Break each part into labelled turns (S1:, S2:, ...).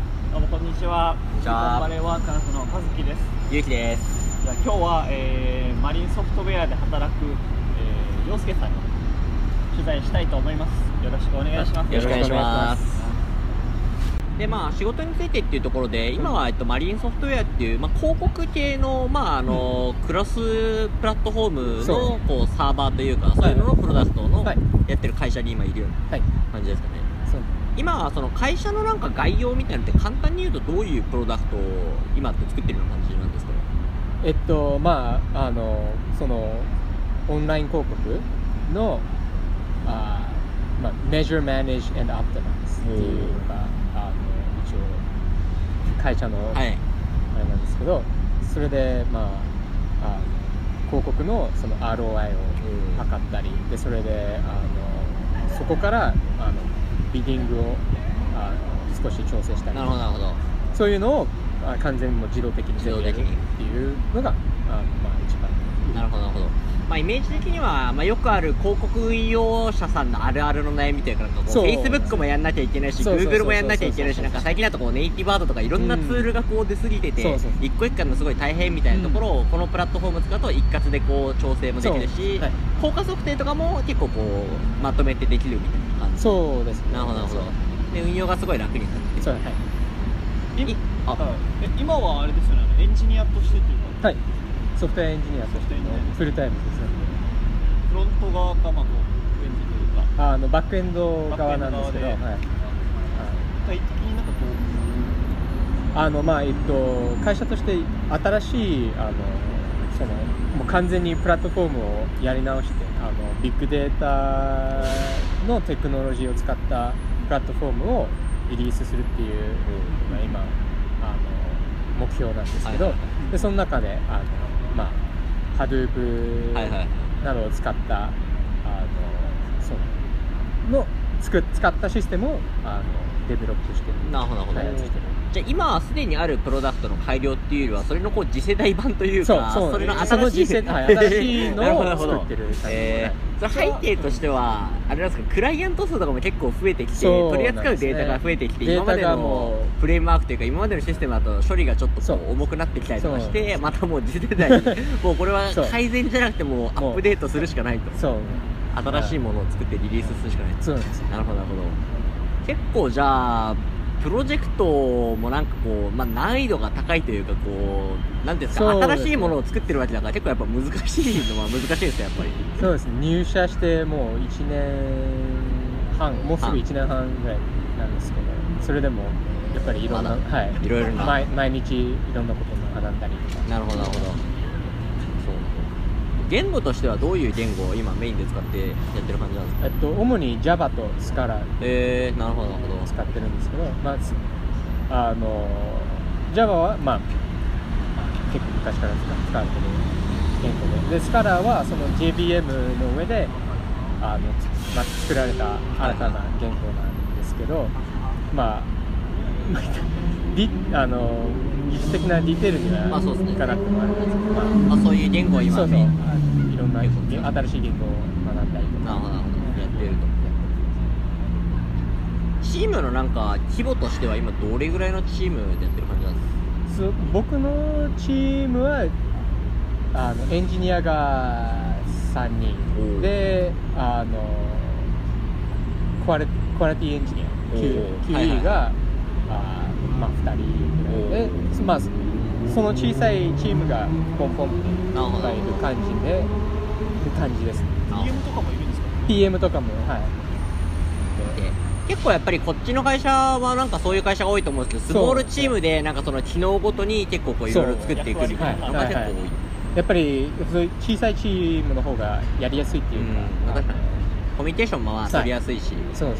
S1: こんにち
S2: にちは。日
S1: は
S2: 本バレーワーカーズの和樹です。
S1: ゆうきです。
S2: じゃあ今日は、えーマリンソフトウェアで働く、えー、陽介さんに取材したいと思います。よろしくお願いします。
S1: よろしくお願いします
S2: す。
S1: でまあ、仕事についてっていうところで今は、えっと、マリンソフトウェアっていう、まあ、広告系の,、まああのクロスプラットフォーム
S3: そう
S1: のこうサーバーというかそういうののプロダクトの
S3: はい
S1: やってる会社に今いるよう
S3: はい
S1: な感じですかね
S3: そう
S1: 今はその会社のなんか概要みたいなのって簡単に言うとどういうプロダクトを今って作ってるような感じなんですかね
S3: えっとまああのそのオンライン広告のあー、まあ、Measure, Manage and Optimize っていうのがあの一応会社のあ
S1: は
S3: れ
S1: い
S3: なんですけど、それでまああの広告のその ROI を測ったりでそれであのそこからあのビディングをあの少し調整したり
S1: なるほどなるほど
S3: そういうのをあ完全にもう自動的に全部やるっていうのがあのまあ、一番
S1: なるほどなるほどまあ、イメージ的には、まあ、よくある広告運用者さんのあるあるの悩みというかなんかこ
S3: そうう
S1: Facebook もやんなきゃいけないし
S3: そうそうそうそう
S1: Google もやんなきゃいけないし
S3: そう
S1: な
S3: そうそ
S1: ん
S3: う
S1: か最近だとこうネイティブアートとかいろんなツールがこう出過ぎて
S3: うん
S1: て、
S3: そうそう
S1: 一個一個のすごい大変みたいなところをこのプラットフォーム使うと一括でこう調整もできるし、
S3: はい
S1: 効果測定とかも結構こうまとめてできるみたいな感じ
S3: そうですね
S1: なるほどなるほど
S3: そう
S1: で運用がすごい楽になって
S3: そうはい
S1: い
S2: い
S1: あ
S2: え今はあれですよね。あのエンジニアとしてというか、
S3: はいソフトウェアエンジニアと
S2: ソ
S3: し
S2: フト
S3: て
S2: ウェアエンジニア
S3: のフルタイムですね
S2: フロント側かまあこうエンジンというか。
S3: あのバックエンド側なんですけど
S2: バックエンド
S3: は
S2: 側
S3: い
S2: で具体的になんかこう
S3: あのまあえっと会社として新しいあのそのもう完全にプラットフォームをやり直してあのビッグデータのテクノロジーを使ったプラットフォームをリリースするっていうのが今あの目標なんですけど、
S1: はいはい
S3: でその中であのまあ Hadoop
S1: はいはい
S3: などを使ったあのそのの作っ使ったシステムをあのデベロップしてる
S1: なるほどなるほど
S3: 開発してる
S1: じゃあ今すでにあるプロダクトの改良っていうよりはそれのこう次世代版というか
S3: そうそう
S1: れの
S3: その
S1: 新し
S3: 次
S1: い
S3: 世代 新しい
S1: なる
S3: の
S1: ほどなる
S3: を
S1: ほ
S3: 作
S1: ど
S3: ってる感じ、
S1: えー、それ背景としてはあれなんですかクライアント数とかも結構増えてきて
S3: そう
S1: 取り扱うデータが増えてき
S3: な
S1: て、
S3: んですね
S1: 今まで
S3: データが
S1: の
S3: もう
S1: フレームワークというか今までのシステムだと処理がちょっとこ
S3: そうう
S1: 重くなってきたりとかし
S3: そう
S1: てまたもう次世代に もうこれは
S3: そう
S1: 改善じゃなくてもうアップデートするしかないと
S3: そう
S1: 新しいものを作ってリリースするしかないと
S3: そうなんですよ
S1: なるほどなるほど結構じゃあプロジェクトもなんかこう、まあ、難易度が高いというかこうなんていうんですか
S3: そうですね
S1: 新しいものを作ってるわけだから結構やっぱ難しいのは難しいですよやっぱり
S3: そうですね入社してもう1年半もうすぐ1年半ぐらいなんですけどそれでもやっぱりいろんな、
S1: まだ
S3: はい
S1: いろいろな
S3: 毎毎日いろんなことを学んだりとか
S1: なるほどなるほどそう言語としてはどういう言語を今メインで使ってやってる感じなんですか
S3: えっと主に Java と Scala
S1: えー、なるほどなるほど
S3: 使ってるんですけど、まあす、あの Java は、まあ、結構昔から使うけど言語でで Scala はその JVM の上であの、まあ、作られた新たな言語なんですけど、まあ、 まあディあの技術的なディテールに
S1: ま
S3: は
S1: あそうですね
S3: いかなくもあるんですけど、まあ
S1: あそういう言語を今
S3: そうそう
S1: メイン
S3: いろんな言新しい言語を学んだりとか
S1: なるほどなるほどやってるとチームのなんか規模としては今どれぐらいのチームでやってる感じなんですか
S3: そう僕のチームはあのエンジニアが3
S1: おう
S3: 人であのクアリクアリティエンジニア
S1: おう
S3: Q-
S1: はいはい
S3: QE が、あーまあ、2人ぐらいで、そまあ、そその小さいチームがポンポンっていっ
S1: なるほど
S3: ぱいいる感じでって感じですね
S2: PM とかもいるんですか
S3: PM とかもはい
S1: で結構やっぱりこっちの会社はなんかそういう会社が多いと思うんですけどスモールチームでなんかその機能ごとに結構こういろいろ作っていくみたいなのが
S3: そうはい
S1: 結構多い、
S3: はいやっぱりそういう小さいチームの方がやりやすいっていうか、
S1: うん確かにコミュニケーションもまあ取りやすいし、
S3: そうそうそう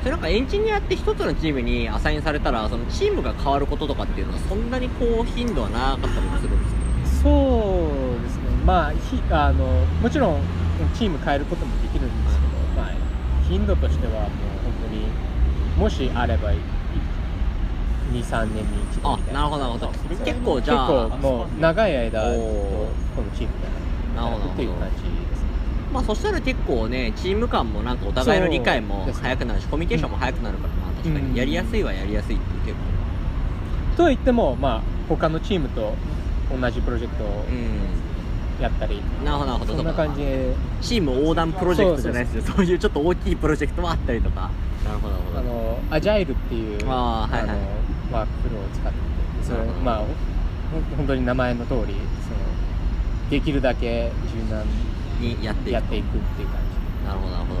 S1: それなんかエンジニアって一つのチームにアサインされたらそのチームが変わることとかっていうのはそんなにこう頻度はなかったりもするんですけ
S3: そうですね、まあ、ひあのもちろんチーム変えることもできるんですけど、まあ、頻度としてはもう本当にもしあれば23年に一度
S1: あ
S3: みたい
S1: な
S3: な
S1: るほどなるほど
S2: それぐらい
S1: 結
S2: の
S1: 構じ
S3: 結
S1: ゃあ
S3: 構もう長い間ずっと
S1: おー
S3: このチームで
S1: なるほど
S3: っていう感じですね
S1: まあそしたら結構ねチーム感もなんかお互いの理解も
S3: そうですね
S1: 早くなるしコミュニケーションも早くなるからまあ確か
S3: うん
S1: にやりやすいはやりやすいっていう結構
S3: とは言っても、まあ、他のチームと同じプロジェクトを
S1: うん
S3: やったり、
S1: なるほどなるほど
S3: そんな感じで
S1: チーム横断プロジェクトじゃないですけどそういうちょっと大きいプロジェクトもあったりとかなるほどなるほ
S3: あ
S1: ど
S3: のアジャイルっていう
S1: あーはいはい
S3: のワークフローを使ってそれ
S1: なるほど
S3: まあほん本当に名前の通りそのできるだけ柔軟
S1: にやって
S3: に
S1: い
S3: や
S1: く
S3: っていくっていう感じ
S1: なるほどなるほど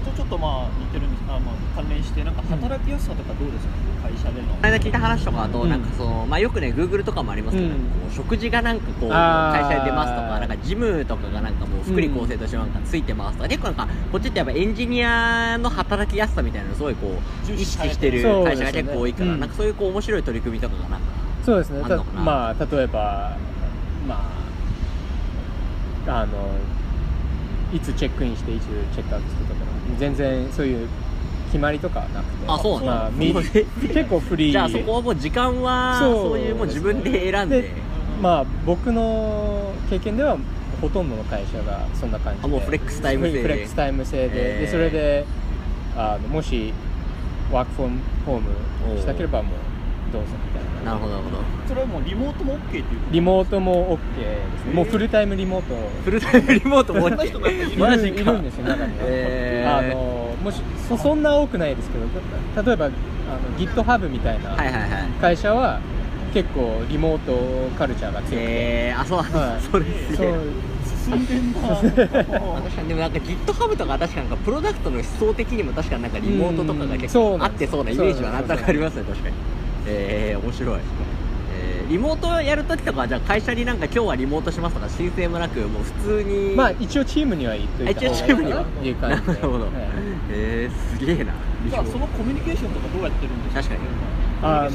S2: それとちょっとまあ似てるんですあ、まあ、関連してなんか働きやすさとかどうですか、会社での
S1: この間聞いた話とかだと、
S3: うん
S1: なんかそのまあ、よくね Google とかもありますけど、
S3: うん
S1: こう食事がなんかこう
S3: あー
S1: 会社で出ますとかなんかジムとかがなんかもう福利厚生としてなんかついてますとか、結構なんかこっちってやっぱエンジニアの働きやすさみたいなのをすごいこう
S2: 重
S1: 意
S2: 視さ
S1: 識
S2: れ
S1: してて
S2: る
S1: る
S3: そうで
S1: 会
S3: すね
S1: 社が結構多いから、
S3: うん
S1: なんかそういうこう面白い取り組みとかがなんか
S3: そうですね
S1: あん
S3: た
S1: のかな
S3: まあ例えばまああのいつチェックインしていつチェックアウトするとか全然そういう決まりとかはなくて
S1: あそうなんだ
S3: まあみ
S1: もう全然
S3: 結構フリー
S1: じゃあそこはもう時間は
S3: そう
S1: そういうもう自分で選んで
S3: でまあ僕の経験ではほとんどの会社がそんな感じで
S1: あもうフレックスタイム制で
S3: フレックスタイム制で,、
S1: え
S3: で
S1: ー
S3: それであのもしワークフォームホームしたければもうどうぞみたいな
S1: なるほどなるほど
S2: それはもうリモートも OK っていうこと
S3: リモートも OK ですね、もうフルタイムリモート
S1: フルタイムリモートも OK
S2: そんな人がいる
S1: マジ
S3: い
S1: か
S3: るいるんですよ中には、
S1: えー
S3: あのもしそそんな多くないですけどた例えばあの GitHub みたい
S1: はい
S3: な
S1: はいはい
S3: 会社は結構リモートカルチャーが強くて、
S1: えー、あそうなんだ、
S3: はい
S1: それす
S3: そ
S1: げえ
S3: う
S2: 進んでんなもう
S1: 確かにでもなんか GitHub とか確かなんかプロダクトの思想的にも確かなんかリモートとかが結
S3: う
S1: 構
S3: ん
S1: 合ってそうなイメージはなんとなくありますね確かにえー、面白い、えー、リモートやるときとかはじゃあ会社になんか今日はリモートしますとか申請もなくもう普通に
S3: まあ一応チームには言っといた方がいい
S1: 一応チーム
S3: か
S1: に
S3: な
S1: は
S3: っていう
S1: な
S3: 感
S1: る
S3: じで
S1: ほど、
S3: はい
S1: えー、すげえな
S2: じゃあそのコミュニケーションとかどうやってるんですか
S1: 確かに
S3: あ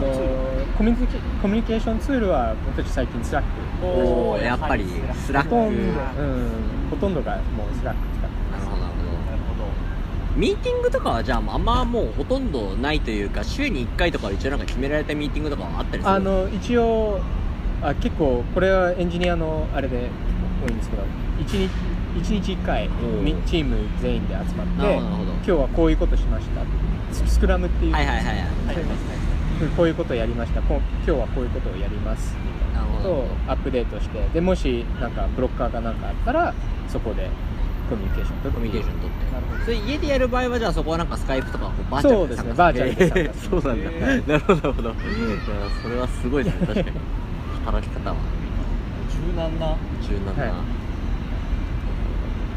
S2: コミュニケー
S3: のコミュ
S2: ションツール
S3: ニケコミュニケーションツールは僕たち最近スラック
S1: おーやっぱりスラッ
S3: ほとん
S1: ク
S3: ど、
S1: な
S3: うん、ほとんどがもうスラック使って
S1: るほどなるほど
S2: なるほど
S1: ミーティングとかはじゃああんまもうほとんどないというか週に1回とかは一応なんか決められたミーティングとかはあったりする
S3: あの一応あ結構これはエンジニアのあれで多いんですけど一日一日一回
S1: おー
S3: みチーム全員で集まっ
S1: なる
S3: て
S1: ほどなるほど
S3: 今日はこういうことしましたススクラムっていう、
S1: はいはいはいはい
S2: はいはいはい
S3: こういうことをやりましたこう今日はこういうことをやります
S1: なるほ
S3: と
S1: ど
S3: アップデートしてでもしなんかブロッカーがなんかあったらそこでコミュニケーションと
S1: コミュニケーション取って
S3: なるほど
S1: それ家でやる場合はじゃあそこはなんかスカイプとかこうバーチャル
S3: そうですねバーチャルで参加す
S1: す
S3: る
S1: るそうなんだ、
S2: え
S1: なるほどなるほどいやそれはすごい ですね確かに働き方は
S2: 柔軟な
S1: 柔軟な、
S3: はい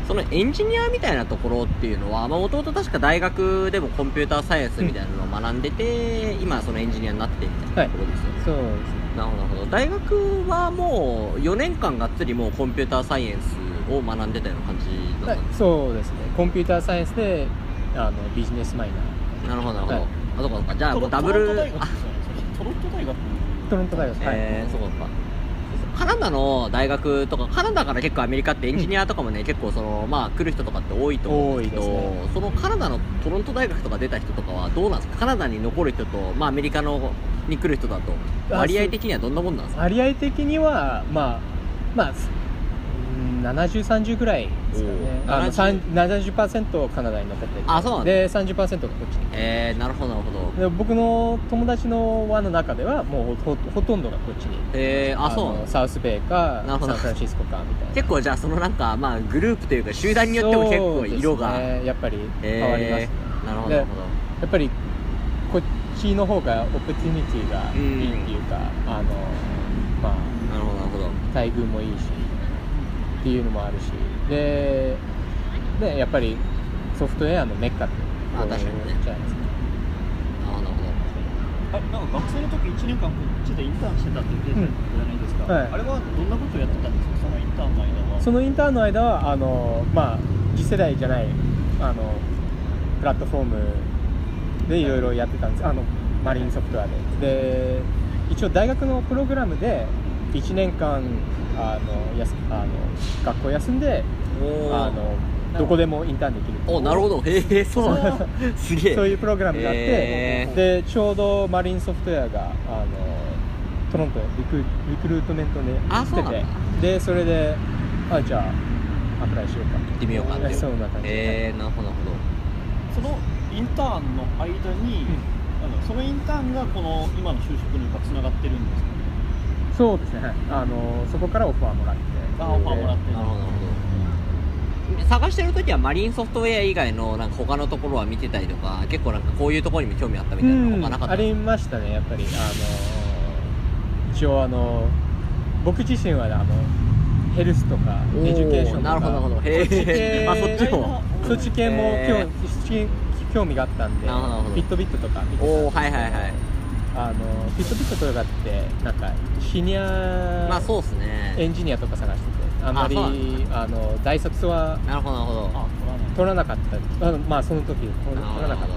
S1: そのエンジニアみたいなところっていうのはもともと確か大学でもコンピューターサイエンスみたいなのを学んでて、今そのエンジニアになってみたいなところですよね、
S3: そうですね
S1: なるほどなるほど大学はもう4年間がっつりもうコンピューターサイエンスを学んでたような感じだ
S3: は
S1: っ
S3: い
S1: たんです
S3: そうですねコンピューターサイエンスであのビジネスマイナー
S1: なるほどなるほど、
S3: はい
S1: あそうかそうかじゃあ
S2: ト
S1: も
S2: ロ
S1: うダブル
S2: トロント大
S1: あ
S2: 学ですよねそれトロント大学
S3: トロント大学はい、
S1: えー、そうかそうかカナダの大学とかカナダから結構アメリカってエンジニアとかもね、結構そのまあ来る人とかって多いと思うんですけど
S3: 多いですね
S1: そのカナダのトロント大学とか出た人とかはどうなんですかカナダに残る人とまあアメリカのに来る人だと
S3: あ
S1: 割合的にはどんなもんなんですか
S3: 割合的にはまあまあ7030ぐらいですかね
S1: おー
S3: あの
S1: 70
S3: 30 70%カナダに残ってて
S1: あそうなんだ
S3: で30%がこっちに
S1: えー、なるほどなるほど
S3: で僕の友達の輪の中ではもうほほほとんどがこっちに
S1: えー、あそうなん
S3: の
S1: だ
S3: サウスベイか
S1: なるほど
S3: サンフランシスコかみたいな
S1: 結構じゃあそのなんかまあグループというか集団によっても結構色が、
S3: そうですねやっぱり
S1: えー
S3: 変わりますね、
S1: なるほど
S3: で
S1: なるほど
S3: やっぱりこっちの方がオプチュニティがいいっていうか、あのまあ
S1: なるほどなるほど
S3: 待遇もいいしっていうのもあるしででやっぱりソフトウェアのメッカって
S1: まあ確かにね
S3: じゃないですか
S1: なるほどなるほど
S2: あなんか学生の時1年間こっちでインターンしてたって言ってたじゃないですか、
S3: うんはい
S2: あれはどんなことやってたんですかそのインターンの間は
S3: そのインターンの間はあのまあ次世代じゃないあのプラットフォームでいろいろやってたんですあのマリンソフトウェアでで一応大学のプログラムで1年間あのやすあの学校休んで
S1: おー
S3: あのどこでもインターンできる
S1: おなるほどへえそ うなんだすげえ
S3: そういうプログラムがあって、
S1: へー
S3: でちょうどマリンソフトウェアがあのトロントリクリクルートメントで
S1: あそ
S3: て
S1: うなんだ
S3: てでそれであじゃあアプライしようか
S1: 行ってみようかっていう
S3: そうな感じ
S1: えー、なるほどなるほど
S2: そのインターンの間に、なんだろうそのインターンがこの今の就職につながってるんですかね
S3: そうですね、はい、あのそこからオファーもらって
S2: あオファーもらって
S1: なるほどなるほど探してる時はマリンソフトウェア以外のなんか他のところは見てたりとか結構なんかこういうところにも興味あったみたいなの他なかった
S3: ありましたねやっぱりあの一応あの僕自身はあのヘルスとか
S1: おー
S3: エデュケーションとか
S1: なるほどなるほどへ
S3: そっ
S1: ー
S3: ち系
S1: あそっちも
S3: そっち系も
S1: へ
S3: 興味興味があったんで
S1: なるほどなるほど
S3: フィットビットとか見てたん
S1: おお
S3: ですけど
S1: はいはいはい
S3: あのフィットビットとかってなんかシニア
S1: まあそうっすね
S3: エンジニアとか探しててあんまり
S1: あそうなん
S3: あの大卒は
S1: なるほどなるほど
S2: あ取らな
S3: 取らな
S2: い
S3: かったあのまあその時取
S1: なるほど
S3: らなかったんで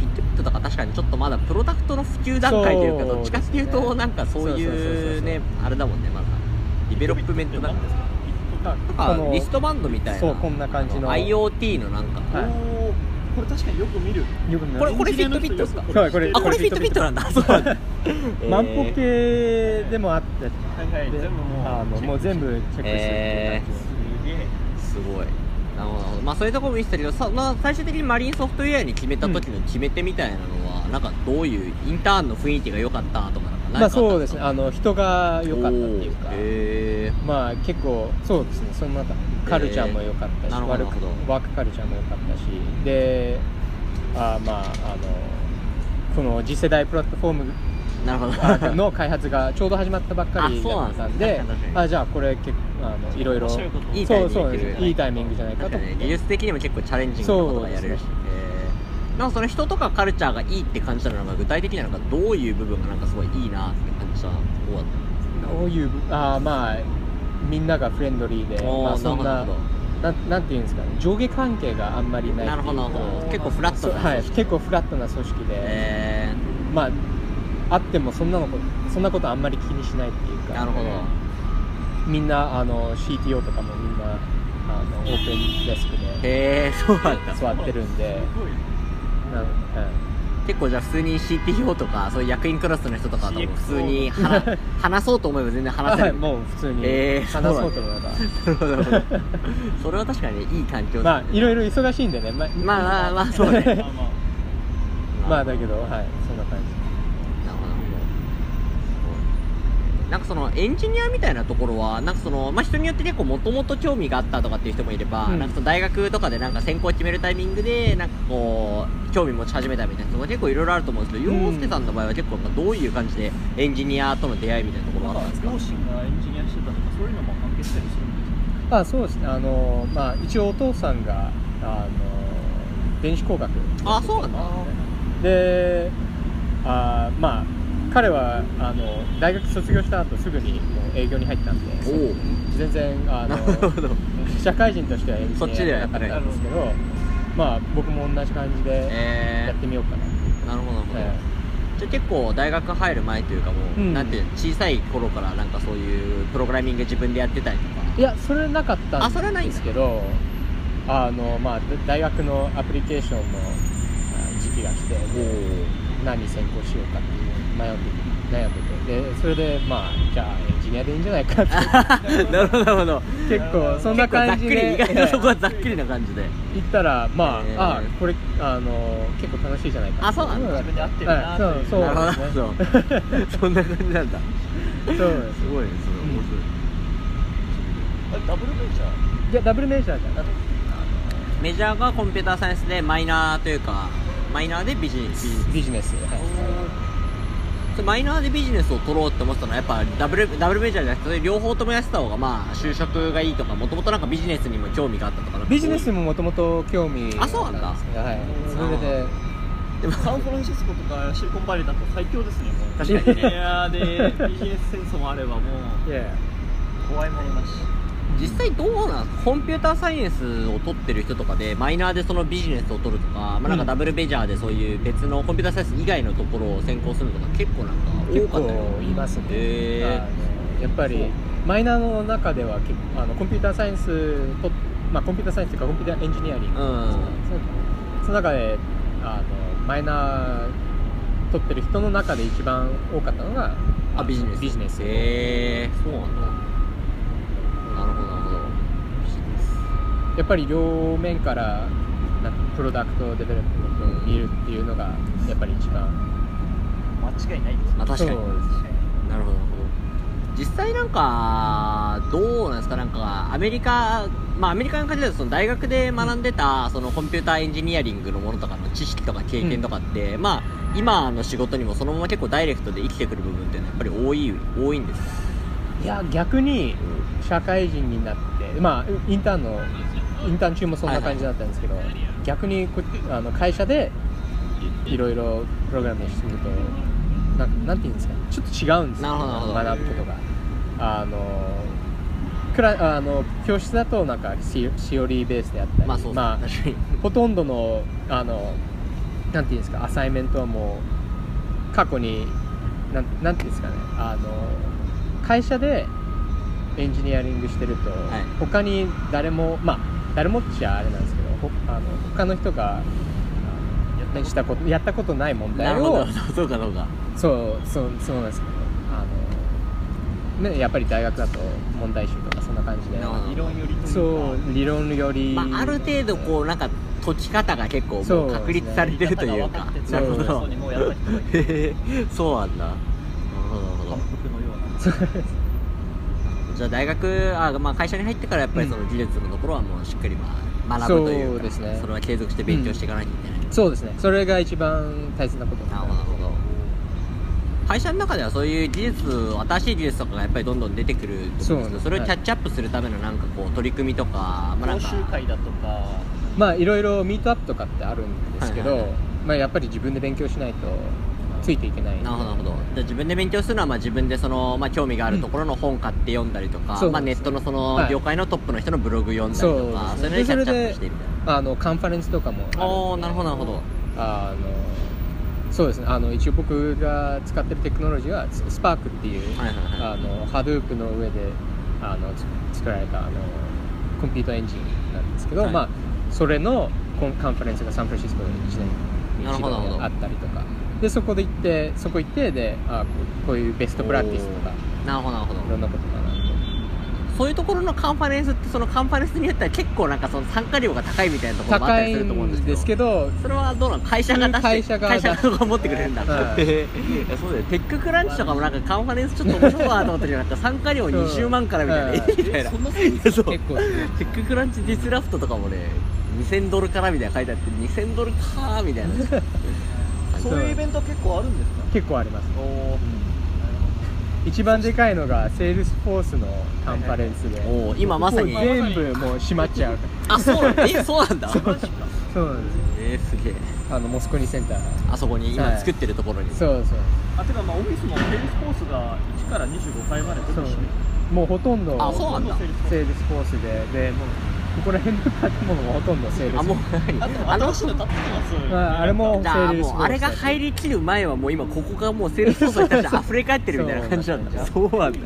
S1: フィットビットとか確かにちょっとまだプロダクトの普及段階というか
S3: そう
S1: どっちかってい
S3: で
S1: う
S3: す
S1: と
S3: ね
S1: なんかそういうね
S3: そう
S1: あれだもんねまだディベロップメントなんですか
S2: あ
S3: こ
S1: なんか
S3: の
S1: リストバンドみたいな
S3: そうこんな感じの
S1: あ IoT のなんか
S3: はい
S2: おおこれ確かによく見る
S3: よく見
S1: これ
S3: ます
S1: これフィットビットですか
S3: そうこれ
S1: あこれフィットビットなんだそうなんだ
S3: 万歩計でもあって、
S2: はいはい
S3: で
S2: 全部もう
S3: あのもう全部チェックしてるっていう感じ、
S2: すげえ
S1: すごいなるほどなるほどまあそういうところも見てたけどさ、まあ、最終的にマリンソフトウェアに決めた時の決め手みたいなのは、なんかどういうインターンの雰囲気が良かったとかなんか
S3: まあそうですねあ
S1: の
S3: の人が良かったっていうか
S1: へ
S3: まあ結構そうですねそのなんかカルチャーも良かったし、
S1: えーな
S3: ワー
S1: るほど
S3: クワークカルチャーも良かったしであーまああのこの次世代プラットフォーム
S1: えなるほど
S3: の開発がちょうど始まったばっかり
S1: あそう
S3: だ
S1: なん
S3: っ
S1: で
S3: た
S1: すね
S3: んで
S1: 確かに確かに
S3: あじゃあこれ結構あのいろいろ
S2: 面白いこと
S1: いい
S3: そう
S1: タイミン
S3: そ
S1: グ
S3: う
S1: できるよね
S3: ですいいタイミングじゃないか
S1: 確
S3: と
S1: か
S3: 思っ
S1: にね
S3: て
S1: 技術的にも結構チャレンジングなことがやれるし、
S3: そう
S1: えーなんかその人とかカルチャーがいいって感じたのが具体的なのがどういう部分がなんかすごいいいなって感じた方だっ
S3: どういうあーまあみんながフレンドリーで
S1: た
S3: ま
S1: あ
S3: あ、
S1: ー
S3: そん
S1: な
S3: な
S1: るほ
S3: なんなんていうんですかね上下関係があんまり
S1: ど
S3: ない
S1: なるほどなるほど結構フラット
S3: そう
S1: な
S3: はい、
S1: 組織
S3: 結構フラットな組織で、
S1: え
S3: まああってもそんなのこそんなことあんまり気にしないっていう
S1: ー
S3: か
S1: なるほど
S3: みんなあの CTO とかもみんなあのオープンデスクで
S1: へえー、そうなんだ
S3: 座ってるんで、
S2: すごい
S3: なはい
S1: 結構じゃあ普通に CTO とかそういう役員クラスの人とかと
S2: CXO
S1: 普通 に話話そうと思えば全然話せ
S3: はい
S1: る、
S3: もう普通に
S1: えー
S3: 話そうと思えば、
S1: なるほどなるほどそれは確かにいい環境
S3: まあいろい
S1: い
S3: ろ忙しいんでねま
S1: まあまあまあそうね
S2: まあま あ
S3: まあだけどはいそんな感じ
S1: なるほどなんかそのエンジニアみたいなところはなんかその、まあ、人によって結構もともと興味があったとかっていう人もいれば、
S3: うん
S1: なんかその大学とかでなんか専攻を決めるタイミングでなんかこう興味持ち始めたみたいな人が結構いろいろあると思うんですけど、
S3: うん
S1: 洋介さんの場合は結構なんかどういう感じでエンジニアとの出会いみたいなところ
S2: な
S1: は
S2: ん
S1: あったんです
S2: か
S1: か
S2: 両親がエンジニアしてたとかそういうのも関係したりするんです
S3: まあそうですねあのまあ一応お父さんがあの電子工学
S1: あそうなんだ
S2: か
S3: であーまあ彼はあの大学卒業した後すぐにもう営業に入ったんで
S1: おお
S3: 全然あ
S1: な
S3: の
S1: るほど
S3: 社会人としてはエンジニアやらなかったんですけどまあ僕も同じ感じでや
S1: え
S3: ってみようかな、
S1: ー、なるほどなるほど、
S3: え
S1: じゃあ結構大学入る前というかも
S3: う
S1: う、
S3: ん
S1: なんていうの小さい頃からなんかそういうプログラミング自分でやってたりとか
S3: えいやそれなかった
S1: あそれはない
S3: ん
S1: ん
S3: で
S1: だ
S3: すけどあのまあ大学のアプリケーションのあ時期が来て
S1: おお
S3: 何専攻しようかっていう悩んで悩んでてでそれでまあじゃあエンジニアでいいんじゃないかって
S1: なるほどなるほど
S3: 結構そんな感じで
S1: 結構ざっくり意外とそこ
S3: え
S1: はざっくりな感じで
S3: え行ったらまあ、
S1: ええ
S3: あこれあの結構楽しいじゃないか
S1: あそうなんだ
S2: 自分に合ってる
S3: は
S2: ないと
S3: そ
S2: いうう
S3: そう
S1: な
S3: で
S1: る
S3: すね
S1: ほどそうそんな感じなんだ
S3: そうです
S1: すごいねそれ面白い
S2: あダブルベンチャー
S3: いやダブルメジャーじゃなくて
S1: メジャーがコンピューターサイエンスでマイナーというかマイナーでビジネスビジネス
S3: ビジネスはい
S1: それマイナーでビジネスを取ろうって思ってたのはやっぱダブルダブルメジャーじゃなくて両方ともやってた方がまあ就職がいいとかもともとなんかビジネスにも興味があったとかなんか
S3: ビジネスにももともと興味
S1: あそうなんだ
S3: あったですけどはいそれで
S1: でも
S2: サンフランシスコとかシリコンバレーだと最強ですねもう
S1: 確かに
S2: い
S1: ね
S2: やーでビジネスセンスもあればも
S3: いやいや
S2: う怖いものなし
S1: 実際どうなんコンピューターサイエンスを取ってる人とかでマイナーでそのビジネスを取るとか,、まあ、なん
S3: う
S1: か
S3: ん
S1: ダブルベジャーでそういう別のコンピューターサイエンス以外のところを専攻するのが結構なんか
S3: 結
S1: 多かったよ
S3: 構いますね、
S1: へ
S3: あのやっぱりマイナーの中では結構あのコンピューターサイエンスと、まあ、コンピューターサイエンスというかコンピューターエンジニアリング
S1: うん
S3: その中であのマイナー取ってる人の中で一番多かったのが
S1: あビジネス
S3: ビジネス
S1: へえそうなんだなるほどなるほどビジネス
S3: やっぱり両面からなんかプロダクトデベロップメント見るっていうのがやっぱり一番
S2: 間違いないです
S1: まあ確かに
S3: そうです
S1: なるほど実際なんかどうなんですかなんかアメリカまあアメリカの感じだとその大学で学んでたそのコンピューターエンジニアリングのものとかの知識とか経験とかって、まあ今の仕事にもそのまま結構ダイレクトで生きてくる部分っていうのはやっぱり多い多いんですか、
S3: いや逆に社会人になってまあインターンのインターン中もそんな感じだったんですけど、逆にこあの会社でいいろいろプログラミングしてみるとなんなんていうんですかねちょっと違うんですよ
S1: なるほどなるほど
S3: 学ぶことがあのクラあの教室だとなんかシシオリーベースであったり、
S1: まあそうですね、
S3: まあ
S1: 確かに
S3: ほとんどのあのなんていうんですかアサイメントはもう過去になんなんていうんですかねあの会社でエンジニアリングしてると、
S1: い
S3: 他に誰もまあ誰もっちゃあれなんですけどほあの他の人があのしたことやったことない問
S1: な
S3: 題
S1: るほど
S3: を
S1: なるほどそうかそうか
S3: そうそうそうなんですけどあの、ね、やっぱり大学だと問題集とかそんな感じで
S1: なるほど
S2: 理論よりというか
S3: そう理論より、
S1: まあ、ある程度こうなんか解き方が結構
S3: そう
S1: もう
S3: ですね
S1: 確立されてるというか
S2: 解き
S1: な
S2: 方
S1: るほ
S2: が分か
S1: ど
S2: っててもうやった人がいる
S1: へへ そうなんだなるほどなるほ
S2: 反
S1: ど
S2: 復のよう な
S1: じゃあ大学あ、まあ、会社に入ってからやっぱりその技術のところはもうしっかりまあ学ぶとい
S3: そ
S1: うか
S3: うですね
S1: それは継続して勉強していかなきゃいけない、
S3: そうですねそれが一番大切なこと
S1: なるほどなるほど会社の中ではそういう技術新しい技術とかがやっぱりどんどん出てくると思うんですけど
S3: そう
S1: それをキャッチアップするためのなんかこう取り組みとか、まあ、なん
S2: 講
S1: か
S2: 習会だとか
S3: まあいろいろミートアップとかってあるんですけど、
S1: はいはいは
S3: まあ、やっぱり自分で勉強しないとついていけない
S1: なるほどなるほどじゃあ自分で勉強するのはまあ自分でその、まあ、興味があるところの本買って読んだりとか、
S3: そう
S1: ま
S3: で
S1: あ、
S3: す
S1: ネットのその
S3: はい
S1: 業界のトップの人のブログ読んだりとか、
S3: そうで
S1: そ
S3: す
S1: れ
S3: ね
S1: でキャッチ
S3: でそれ
S1: アッ
S3: で
S1: プしてみたい
S3: あのカンファレンスとかも
S1: なおおなるほどなるほど
S3: どあのそうですねあの一応僕が使ってるテクノロジーはススパークっていう、
S1: はいはいは
S3: あ
S1: い
S3: のハドゥープの上であのつ作られたあのコンピューターエンジンなんですけど、
S1: はい
S3: まあそれのコンカンファレンスがサンフランシスコで1年に
S1: なる
S3: 一
S1: ほど
S3: 度あったりとかでそこで行ってそこ行ってであこうこういうベストプラクティスとか
S1: なるほどなるほど
S3: いろんなことかな
S1: そういうところのカンファレンスってそのカンファレンスによっては結構なんかその参加料が高いみたいなところもあった
S3: 高
S1: り
S3: い
S1: すると思うんです
S3: ん
S1: け
S3: で
S1: ど
S3: すけど
S1: それはどうなの会社が出して
S3: 会社が
S1: 会社が持ってくれるんだ、
S3: はい
S1: へへいやそうだよテッククランチとかもなんかカンファレンスちょっと面白そうだなと思ったけどなんか参加料20万からみたいな、
S3: そう
S1: みたいな
S2: そんなすごいんですか
S1: そう
S3: 結構
S1: テッククランチディスラフトとかもね2000ドルからみたいな書いてあって2000ドルかーみたい な
S2: そういうイベント結構あるんですか
S3: 結構あります
S2: おお
S3: 一番でかいのがセールスフォースのカンファレンスで
S1: おー今まさに
S3: もう全部もう閉まっちゃう
S1: あそうなんだえそうなんだ
S3: そうなんです
S1: えー、すげえ
S3: あのモスコニセンター
S1: あそこに
S3: は
S1: 今
S3: い
S1: 作ってるところに、
S3: そうそ
S2: あてかまあオフィスもセールスフォースが1から25回まで全部
S3: う
S2: 閉
S3: そ
S2: める
S3: うもうほとんど
S1: あそうなんだ
S2: ほとどセールスフォース
S3: セールスフォースででもうここら辺の建物もほとんどセールスフォ
S1: あ
S3: ース
S1: もう何
S2: あと
S1: あ
S2: 新
S1: の
S2: しいの立ってます
S3: ああれも
S1: じゃあ
S3: セールス
S1: も
S3: フォー
S1: う
S3: ス
S1: あれが入りきる前はもう今ここがもうセールスフォースに対して溢れ返ってるみたいな感じなんだそうなんだ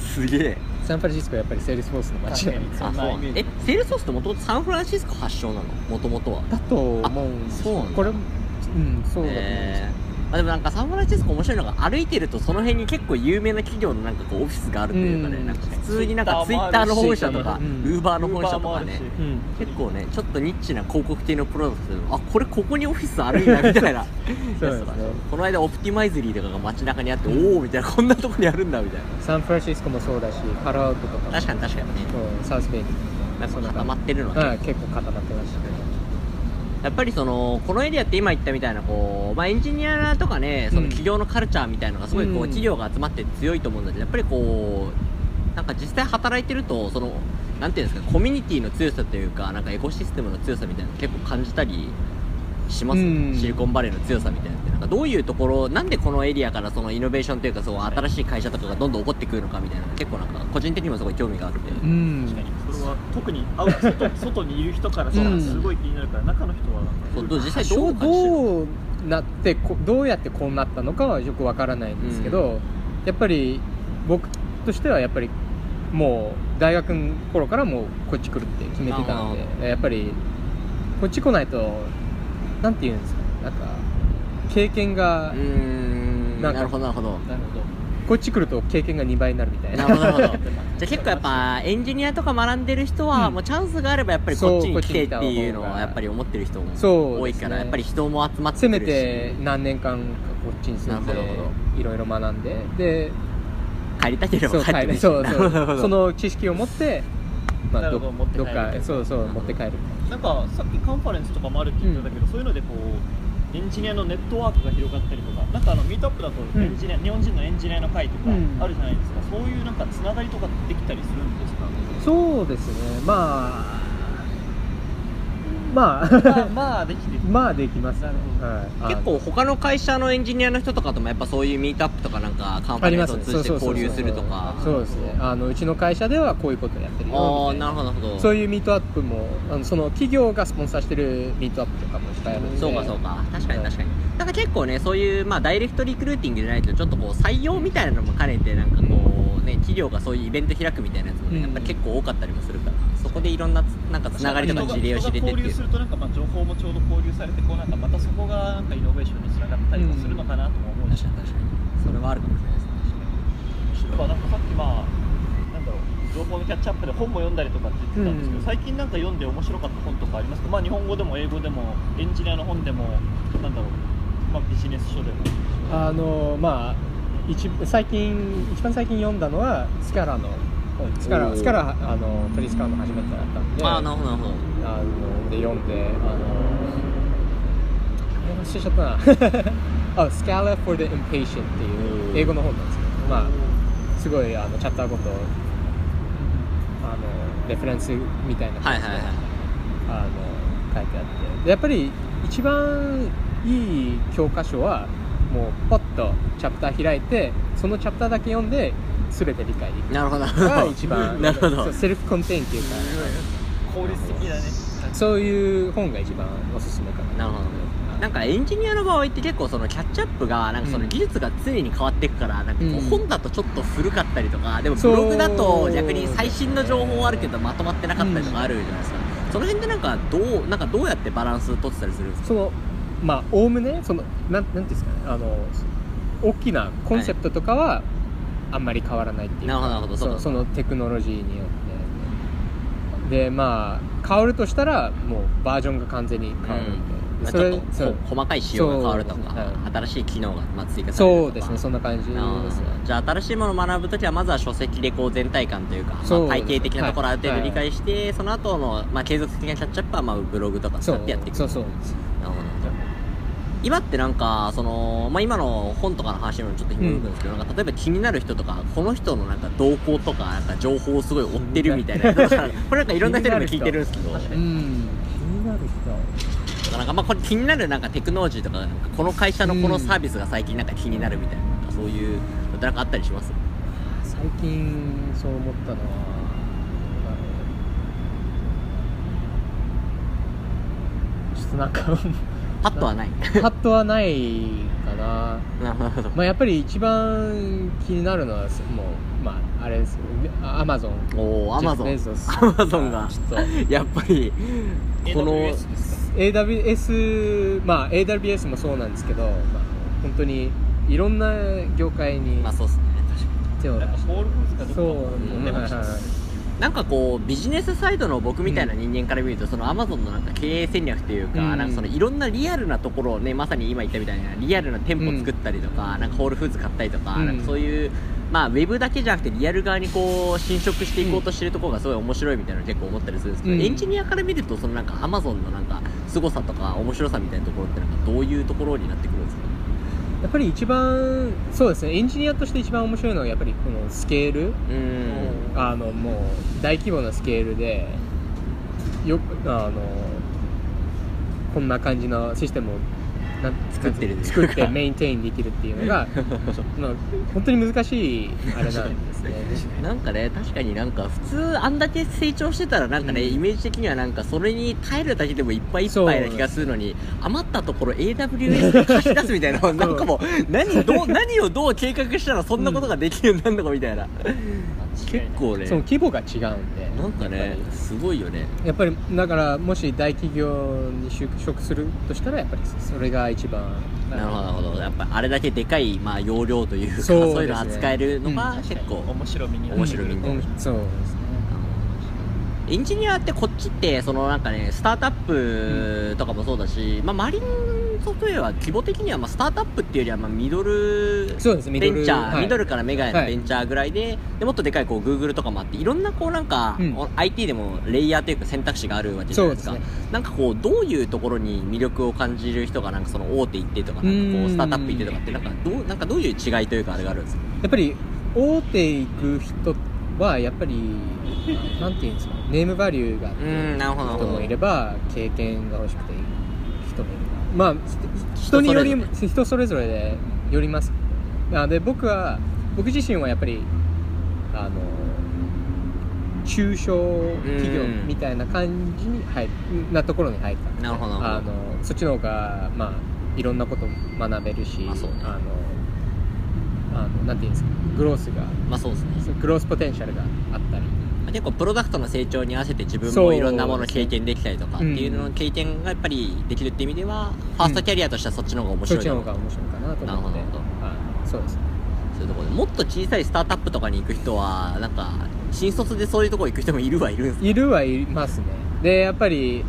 S1: すげえ
S3: サンフランシスコはやっぱりセールスフォースの街なんで
S1: あそうなんだえセールスフォースってもともとサンフランシスコ発祥なのもともとは
S3: だと思うんです
S1: そうなんだ
S3: これうんそうだと思うんです
S1: えーまあ、でもなんかサンフランシスコ面白いのが歩いてるとその辺に結構有名な企業のなんかこうオフィスがあるというかね、
S3: うん
S1: なんか普通になんかツイ
S2: Twitter も
S1: ッ
S2: あるし
S1: ターの本社とか
S3: う
S1: ウ
S3: ん
S1: ーバーの本社とかね
S2: Uber もあるし
S3: うん
S1: 結構ねちょっとニッチな広告系のプロダクトあこれここにオフィスあるんだみたい
S3: そうで
S1: なやつ
S3: す
S1: と
S3: ね
S1: かこの間オプティマイズリーとかが街中にあって、おおみたいなこんなとこにあるんだみたいな
S3: サンフランシスコもそうだしパラアウトとかも
S1: 確かに確かにね
S3: そうサウスベイに
S1: なんか固まってるのね、
S3: はい結構固まってましたね
S1: やっぱりそのこのエリアって今言ったみたいなこう、まあ、エンジニアとかねその
S3: うん
S1: 企業のカルチャーみたいなのがすごいこう、
S3: うん
S1: 企業が集まって強いと思うんだけどやっぱりこうなんか実際働いてるとそのなんていうんですかコミュニティの強さというかなんかエコシステムの強さみたいなの結構感じたりします、
S3: うん
S1: シリコンバレーの強さみたいなのってなんかどういうところなんでこのエリアからそのイノベーションというかそう新しい会社とかがどんどん起こってくるのかみたいなのが結構なんか個人的にもすごい興味があって。
S3: うん
S2: 確かにそれは特に会う外外にいる人からしたらすごい気になるから中の人は
S1: そ
S2: なんか
S1: うどう実際ど
S3: ど
S1: う
S3: う
S1: 感じてる
S3: どうなってこどうやってこうなったのかはよくわからないんですけど、やっぱり僕としてはやっぱりもう大学の頃からもうこっち来るって決めてたの
S1: なる
S3: でやっぱりこっち来ないとなんて言うんですかねなんか経験が
S1: うーん
S3: なんか
S1: なるほどなるほど
S2: なるほど
S3: こっち来ると経験が2倍になるみたい
S1: な
S3: な
S1: るほどなるほど じゃあ結構やっぱエンジニアとか学んでる人は、
S3: うん
S1: もうチャンスがあればやっぱりこっち
S3: そうこ
S1: に
S3: っち
S1: 来
S3: に
S1: てっ
S3: 来た
S1: て
S3: 方が
S1: いうのはやっぱり思ってる人も
S3: そう
S1: 多い
S3: ですね
S1: から、やっぱり人も集まって
S3: せ
S1: く
S3: め
S1: るし
S3: て何年間こっちに住んで
S1: なるほどなる
S3: いろいろ学んでで
S1: 帰りたけれ
S3: そ
S1: ば
S3: う
S1: 帰ってくるし
S3: そうそ
S1: なるほ
S3: う
S1: ど
S3: その知識を持って、ま
S2: な
S3: あ、
S2: る
S3: ど
S2: ほど持って帰
S3: ど
S2: る
S3: っかそうそう持って帰る
S2: なんかさっきカンファレンスとかもあるって言ってたけど、そういうのでこうエンジニアのネットワークが広がったりとかなんかあのミートアップだと
S3: うん
S2: エンジニア、日本人のエンジニアの会と
S3: う
S2: か
S3: ん
S2: あるじゃないですか、そういうなんかつながりとかできたりするんですか、
S3: そうですねまあま
S2: まあ
S3: あ
S2: まあできてる
S3: まあできます、
S2: なるほど
S3: はいあの
S1: 結構他の会社のエンジニアの人とかともやっぱそういうミートアップとかなんかカンファレンスを通じて交流するとか
S3: そうですねあのうちの会社ではこういうことやってる
S1: あ
S3: よ
S1: あ
S3: み
S1: な
S3: たい
S1: る
S3: な
S1: ほどなるほど
S3: そういうミートアップもあのその企業がスポンサーしてるミートアップとかもいっぱいあるんで
S1: そうかそうか確かに確かになんか結構ねそういうまあダイレクトリクルーティングじゃないとちょっとこう採用みたいなのも兼ねてなんかこうね企業がそういうイベント開くみたいなやつも
S3: う
S1: ね
S3: ん
S1: やっぱり結構多かったりもするからそこでいろんなつなんかつながりとか事例を知れてって
S2: 人が交
S1: い
S2: 流
S1: う
S2: するとなんかまあ情報もちょうど交流されてこうなんかまたそこがなんかイノベーションにつながったりもするのかなとも思う
S1: 確
S2: し、
S1: かに確かにそれはあるかもしれないですね
S2: やっぱなんかさっきまあなんだろう情報のキャッチアップで本も読んだりとかって言ってたんですけど、
S3: うん
S2: 最近なんか読んで面白かった本とかありますか、まあ、日本語でも英語でもエンジニアの本でもなんだろう、まあ、ビジネス書でも
S3: あのまあ一最近一番最近読んだのはスキャラの本スキャ
S1: おー
S3: ラスキャラあのプリスカーの初めてだったんで
S1: ああ
S3: あ
S1: なるほどなるほど
S3: ので読んであのあれ忘れちゃったな あスキャラ for the impatient ってい
S1: お
S3: う
S1: ー
S3: 英語の本なんですけどまあすごいあのチャプターごとあのレフェレンスみたいな
S1: は
S3: 感
S1: い
S3: じで、
S1: はいはい
S3: あの書いてあってでやっぱり一番いい教科書はもうポッとチャプター開いてそのチャプターだけ読んで全て理解できる
S1: なるほどなる
S3: のが
S1: ほど
S3: 一番
S1: なるほ
S3: そう
S1: ど
S3: セルフコンテインっていうか
S2: 効率的だね
S3: そういう本が一番おすすめかな
S1: なるほ
S3: はい
S1: なんかエンジニアの場合って結構そのキャッチアップがなんかその
S3: うん
S1: 技術が常に変わっていくからなんかこ
S3: う
S1: うん本だとちょっと古かったりとかでもブ
S3: そう
S1: ログだと逆に最新の情報はあるけどまとまってなかったりとかあるじゃないですかその辺でなんかどうなんかどうやってバランス取ってたりするんですか
S3: そのまあおおむねそのなんなんていうんですかねあの大きなコンセプトとかはあんまり変わらないっていう
S1: なるほどなるほどそう
S3: そ
S1: か
S3: う
S1: そ
S3: そうのテクノロジーによってでまあ変わるとしたらもうバージョンが完全に変わるんで、
S1: まあ
S3: そ
S1: ちょ
S3: れ
S1: っと
S3: そう
S1: こ細かい仕様が変わるとか、
S3: そうですねは
S1: 新しい機能がまあ追加されるとか
S3: そうですねそんな感じで
S1: あー
S3: すね
S1: じゃあ新しいものを学ぶときはまずは書籍でこう全体感というか、ま
S3: そ
S1: あ、
S3: うです
S1: 体系的なところある程度理解して、その後のまあ、継続的なキャッチアップはまあブログとか使
S3: そ
S1: っ
S3: う
S1: てやっていく
S3: そうそう
S1: なるほど今ってなんかその、まあ、今の本とかの話にもちょっと紐づくんですけど、なんか例えば気になる人とかこの人のなんか動向とかなんか情報をすごい追ってるみた いな人とかこれなんかいろんな人にも聞いてるんですけど
S2: 確か
S3: うん
S2: に
S3: 気になる人
S1: なんかまあこれ気になるなんかテクノロジーとかなんかこの会社のこのサービスが最近なんか気になるみたいな,、なんかそういうのってなんかあったりします
S3: 最近そう思ったのはちょっとなんか
S1: パッとはない
S3: パッとはないかな
S1: なるほど
S3: まあ、やっぱり一番気になるのはもうまああれですよアマゾン
S1: おおアマゾン
S3: ジェフベゾス
S1: アマゾンが
S3: ちょっと
S1: やっぱりこの
S2: AWS ですか
S3: AWS まあ AWS もそうなんですけど、まあ、本当にいろんな業界に
S1: まあそうっすね
S3: 手を出
S2: なんか
S3: して、
S2: ホールフーズかど
S3: そう
S2: こか
S3: です
S2: 出
S3: ね、
S2: ました
S3: はいはい
S1: なんかこうビジネスサイドの僕みたいな人間から見ると、そのアマゾンのなんか経営戦略というか、
S3: うん
S1: なんかそのいろんなリアルなところをねまさに今言ったみたいなリアルな店舗作ったりとか、なんかホールフーズ買ったりとか、
S3: うん
S1: なんかそういうまあウェブだけじゃなくてリアル側にこう侵食していこうとしてるところがすごい面白いみたいなの結構思ったりするんですけど、
S3: うん
S1: エンジニアから見るとそのなんかアマゾンのなんか凄さとか面白さみたいなところってなんかどういうところになってくるんですか
S3: やっぱり一番そうですねエンジニアとして一番面白いのはやっぱりこのスケール
S1: うん
S3: あのもう大規模なスケールでよあのこんな感じのシステムをなん
S1: 作ってる
S3: なん作ってメインテインできるっていうの がまあ本当に難しいあれなんです ね
S1: なんかね確かになんか普通あんだけ成長してたらなんかね、
S3: うん
S1: イメージ的にはなんかそれに耐えるだけでもいっぱいいっぱいな気がするのに余ったところ AWS で貸し出すみたいな なんかもう何どう何をどう計画したらそんなことができるようになるのかみたいな、
S2: 違
S1: 結
S2: いない
S1: 構ね
S3: その規模が違うんで
S1: なんか
S3: やっ
S1: ね
S3: ぱり
S1: すごいよね
S3: やっぱりだからもし大企業に就職するとしたらやっぱりそれが一番
S1: なるほどなるほどやっぱあれだけでかい、まあ、容量というか
S3: そ
S1: そうう,、
S3: ですね
S1: いうの扱えるのが結構、
S2: 面白みにな
S1: 面白みになる
S3: うんそうですね
S1: エンジニアってこっちってそのなんかねスタートアップとかもそうだし、まあ、マリンソフトウェアは規模的にはまあスタートアップっていうよりはまあミドル
S3: そうですミド
S1: ベ
S3: ル
S1: ンチャー、
S3: はい
S1: ミドルからメガネのベンチャーぐらいで,、でもっとでかいこう Google とかもあっていろんなこうなんか、
S3: うん
S1: IT でもレイヤーというか選択肢があるわけじゃないですか
S3: そうで
S1: なんかこうどういうところに魅力を感じる人がなんかその大手行ってとかなんか
S3: う
S1: こ
S3: ん
S1: うスタートアップ行ってとかってなんかどうなんかどういう違いというかあれがあるんですか
S3: やっぱり大手行く人はやっぱりなんていうんですかネームバリューがあって
S1: うんなるほどなる
S3: 人
S1: ほ
S3: も
S1: ど
S3: いれば経験が欲しくていい人もいるまあ人により人それぞれでよりますなので僕は僕自身はやっぱりあの中小企業みたいな感じに入るなところに入った
S1: なるほどな
S3: あ
S1: るほど
S3: のそっちの方がまあいろんなこと学べるし、
S1: まあそうね
S3: あのあのなんていうんですかグロースが
S1: まあそうですね
S3: グロースポテンシャルがあったり
S1: 結構プロダクトの成長に合わせて自分
S3: そう
S1: もいろんなものを経験できたりとかっていうのの経験がやっぱりできるっていう意味では、ファーストキャリアとしてはそっちの方が面
S3: そっ
S1: 白
S3: ちの
S1: いと
S3: 方
S1: 思う
S3: が面白いかなと思って
S1: なるほど
S3: あのそうです
S1: そういうところでもっと小さいスタートアップとかに行く人はなんか新卒でそういうところ行く人もいるはいるんです
S3: いるはいますねでやっぱり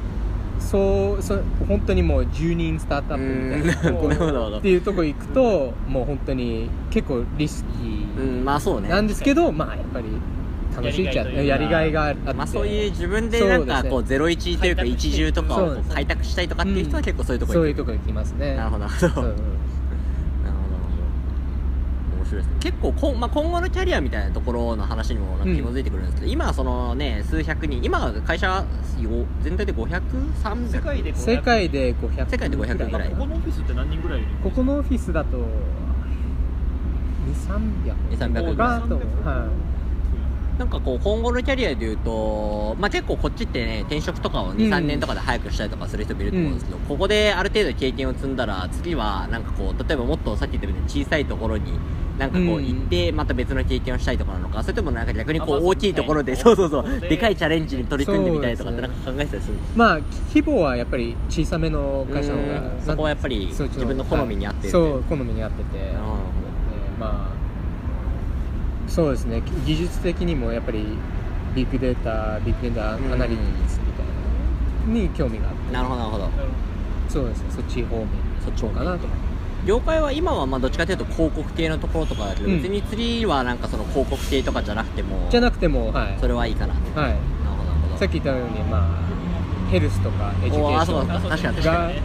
S3: そうそう本当にもう10人スタートアップみたいな
S1: うんなるほどなるほど
S3: っていうとこ行くともう本当に結構リスキ
S1: う
S3: ー
S1: んまあそうね
S3: なんですけど、まあやっぱり楽しいっちゃや
S2: や
S3: り
S2: り
S3: が
S2: が
S3: い
S2: い
S3: があって、
S1: まあそういう自分でなん
S3: そう
S1: か
S3: ですね
S1: こう01というか
S2: 開拓して
S1: 一重とかを
S3: そう
S1: こ
S3: です
S1: う開拓したいとかっていう人は結構そういうとこ
S3: そ
S1: ろ
S3: うい
S1: 行
S3: う
S1: く
S3: とこ行きますね
S1: なるほどなるほ
S3: そ
S1: ど
S3: う
S1: なるほど面白いですね結構こん、まあ、今後のキャリアみたいなところの話にもなんか紐づいてくるんですけど、今はそのね数百人今は会社よ全体で 500?300?
S2: 世界で
S3: 世界で500
S1: 世界で500ぐらい
S2: ここのオフィスって何人ぐらいいる
S3: ここのオフィスだと2300
S1: 300ぐら
S3: か
S1: い
S3: と思うはい
S1: なんかこう今後のキャリアでいうと、まあ、結構こっちってね転職とかを23、
S3: うん
S1: 3年とかで早くしたりとかする人もいると思うんですけど、ここである程度経験を積んだら次はなんかこう例えばもっとさっき言ったように小さいところになんかこ
S3: う
S1: うん行ってまた別の経験をしたいとかなのかそれともなんか逆にこ
S2: あま
S1: う
S2: あ
S1: 大きいところで、
S2: そ
S1: そうう
S2: で
S1: そ
S2: す
S1: う
S2: ね
S1: そうでかいチャレンジに取り組んでみたいとかって
S3: そう
S1: なん
S3: ですね
S1: か考えてたりするんですか
S3: まあ規模はやっぱり小さめの会社の方
S1: うん
S3: が
S1: そこはやっぱり
S3: そっち
S1: 自分の好みに合ってる
S3: そう好みに合ってて
S1: なるほど
S3: でまあそうですね技術的にもやっぱりビッグデータビッグデータアナリティクスみたいなのに興味があって
S1: なるほどなるほど
S3: そうですねそっち方面
S1: そっち方面
S3: かなと思って
S1: 業界は今はまあどっちかというと広告系のところとかだけど、
S3: うん
S1: 別に釣りはなんかその広告系とかじゃなくても
S3: じゃなくてもはい
S1: それはいいかななる
S3: はい
S1: ほどなるほど
S3: さっき言ったようにまあヘルスとかエデュケ
S1: おー
S3: ー
S1: あ
S3: シ
S1: そう
S3: ョン
S1: だ
S2: あそうですね
S1: 確かに確
S3: かに
S2: ね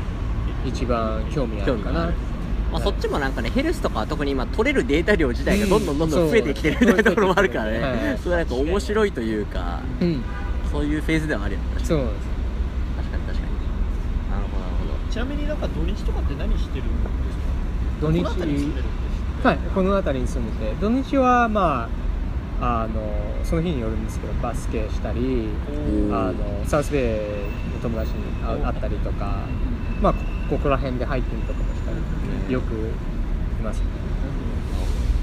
S3: 一番興味あるかな
S1: まあ、
S3: はい
S1: そっちもなんかねヘルスとかは特に今取れるデータ量自体がどんどんどん
S3: う
S1: ど
S3: ん
S1: ん増えてきてるみたいなところもあるから
S3: そうはい
S1: ねそれはなんか面白いというか
S3: うん
S1: そういうフェーズではあるよね確か
S3: そうです
S1: に確かに確かになるほどなるほど
S2: ちなみになんか土日とかって何してるんですか
S3: 土日
S2: この辺り住んでるんですって
S3: はいこの辺りに住んでて土日はまああのその日によるんですけどバスケしたり
S1: おー
S3: あのサウスベイの友達に会う会ったりとかまあこここら辺でハイキングとかもした
S1: うん
S3: りよくいますね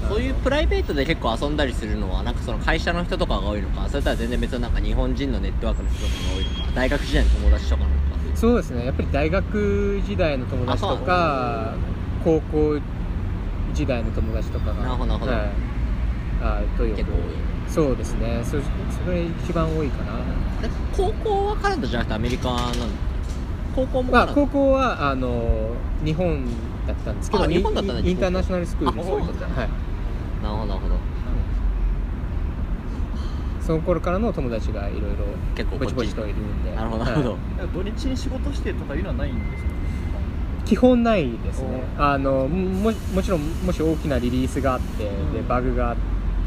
S1: そういうプライベートで結構遊んだりするのはなんかその会社の人とかが多いのかそれとは全然別のなんか日本人のネットワークの人とかが多いのか大学時代の友達とかなのか
S3: そうですねやっぱり大学時代の友達とか
S1: あ
S3: 高校時代の友達とかが
S1: なるほどなるほど
S3: はい、あという
S1: 結構多い
S3: そうですねそそれ一番多いかな
S1: で高校はカナダじゃなくてアメリカなんだ高校も
S3: ま
S1: カ
S3: あ
S1: ナダ
S3: 高校はあの日本だったんですけど
S1: あ
S3: イン
S1: 日本だったんだ
S3: インインターナショナルスクールに
S1: あそうなんだ
S3: はい、
S1: なるほどなるほど
S3: その頃からの友達がいろいろ
S1: 結構
S3: ぼ
S1: こっ
S3: ち
S1: ち
S3: ぼちといるんで
S1: なるほどなるほど
S3: はい
S2: なんか土日に仕事してとかいうのはないんですか
S3: 基本ないですねあのももちろんもし大きなリリースがあってでバグがあって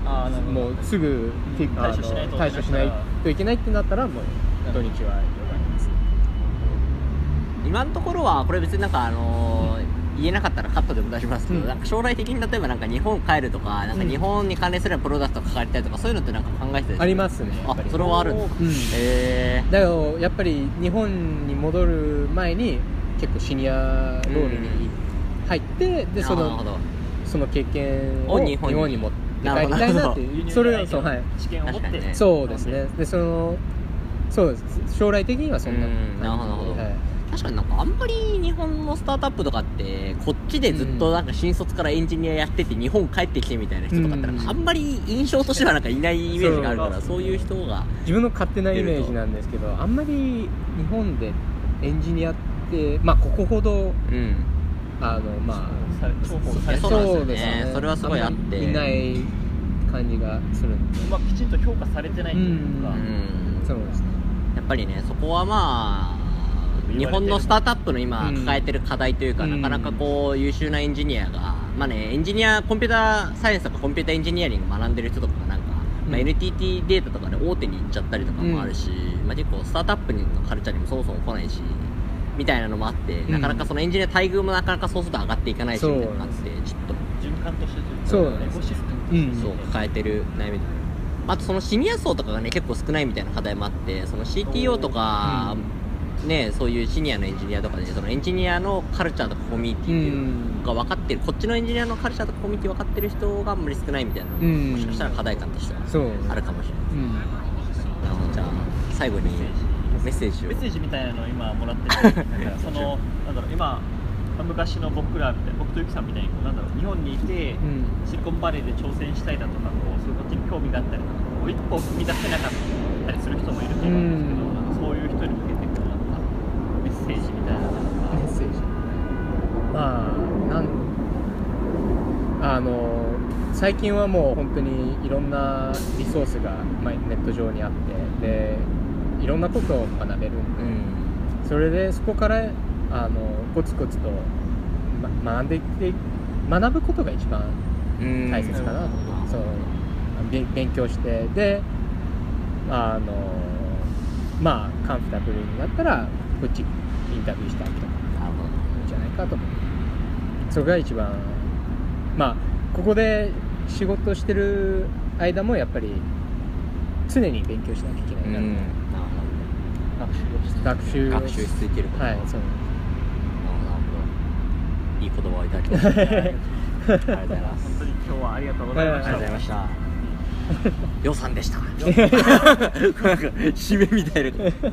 S2: あ
S3: もうすぐ
S2: う
S3: て
S2: ん
S3: あの
S2: 対処しないと
S3: 対処しないといけないってなったらもう土日は呼ばれます
S1: 今のところはこれ別になんかあのー言えなかったらカットでも出しますけど、
S3: うん
S1: なんか将来的に例えばなんか日本帰るとかなんか日本に関連するプロダクトが関わりたいとかそういうのってなんか考えてたり
S3: ありますすねやっぱ
S1: あ
S3: り
S1: それはあるんですか
S3: うん
S1: へ
S3: だけどやっぱり日本に戻る前に結構シニアロールに入って
S1: え
S3: でそ
S1: なるほ
S3: の
S1: ど
S3: その経験を
S1: を
S3: 日
S1: 日
S3: 本
S1: 本
S3: に
S1: に
S3: 持ってって帰りたいなって
S1: なる
S2: 輸 入
S3: それ
S2: じゃな
S3: をそう
S2: いけど
S3: はい
S2: 知見を持っ
S1: 確かに
S2: て
S1: ね
S3: そうですねでそのそうです将来的にはそんな
S1: うんなるほどなるほど
S3: はい
S1: 確かになんかあんまり日本のスタートアップとかってこっちでずっとなんか新卒からエンジニアやってて日本帰ってきてみたいな人とかってなん
S3: うん
S1: かあんまり印象としてはなんかいないイメージがあるから
S2: そう
S1: そういう人が
S3: 自分の勝手なイメージなんですけどあんまり日本でエンジニアってまあここほど
S1: うん
S3: あのまあ
S2: さ重宝
S1: い
S2: され
S1: やそ
S2: て
S1: うなんですよねそれはすごいあって
S3: んまりいない感じがするんで
S2: まあ、きちんと評価されてないというか、
S3: う
S1: うんん
S3: そうですね
S1: やっぱりねそこはまあ日本のスタートアップの今
S3: うん
S1: 抱えてる課題というか、
S3: うん
S1: なかなかこう優秀なエンジニアがまあねエンジニアコンピューターサイエンスとかコンピューターエンジニアリング学んでる人とかがなんか、
S3: うん
S1: まあ、NTT データとかで大手に行っちゃったりとかもあるし、まあ、結構スタートアップのカルチャーにもそもそも来ないしみたいなのもあって、
S3: ん
S1: なかなかそのエンジニア待遇もなかなかそうすると上がっていかないし
S3: そう
S1: みたいなのがあってちょっと
S2: 循環としてというか、
S3: そうなんです
S2: エコシステムと
S3: うん
S2: して
S1: そう抱えてる悩みだねあとそのシニア層とかがね結構少ないみたいな課題もあってその CTO とか、ねそういうシニアのエンジニアとかでそのエンジニアのカルチャーとかコミュニティっていうのが分かってる、こっちのエンジニアのカルチャーとかコミュニティ分かってる人があんまり少ないみたいなのも、
S3: うん
S1: もしかしたら課題感としては
S3: そうですね
S1: あるかもしれない
S3: うん
S1: なるほどじゃあ最後にメッセージを
S2: メッセージみたいなのを今も らっててなんかそのなんだろう今昔の僕らみたい僕とゆきさんみたいにこうなんだろう日本にいて、
S3: うん
S2: シリコンバレーで挑戦したいだとかこうそういうこっちに興味があったりとかこう一歩を踏み出せなかったりする人もいると思うんですけ
S3: う
S2: ど、
S3: ん
S2: なんかそういう人に向けてこうなんかメッセージみたいなの
S3: メッ
S2: が
S3: セージまあなんあの最近はもう本当にいろんなリソースが、まあ、ネット上にあってでいろんなことを学べるん
S1: う
S3: で
S1: ん
S3: それでそこからあのコツコツと、ま、学んでいって学ぶことが一番
S1: うん
S3: 大切かなと
S1: うん
S3: そうべ勉強してであのまあカンフタブルになったらこっちインタビューしたりとか
S1: なるほど
S3: いいんじゃないかと思うそれが一番まあここで仕事してる間もやっぱり常に勉強しなきゃいけないな、
S1: うんなる
S2: 学習をして
S3: 学習
S1: ほど学習し続けること
S3: はいそう
S1: なるほどいい言葉をいただきま した。ありがとうございます。
S2: 本当に今日はありがとうございま
S1: あり
S2: し
S1: がとう
S2: た
S1: ございました。 予算でした。なんか締めみたいな。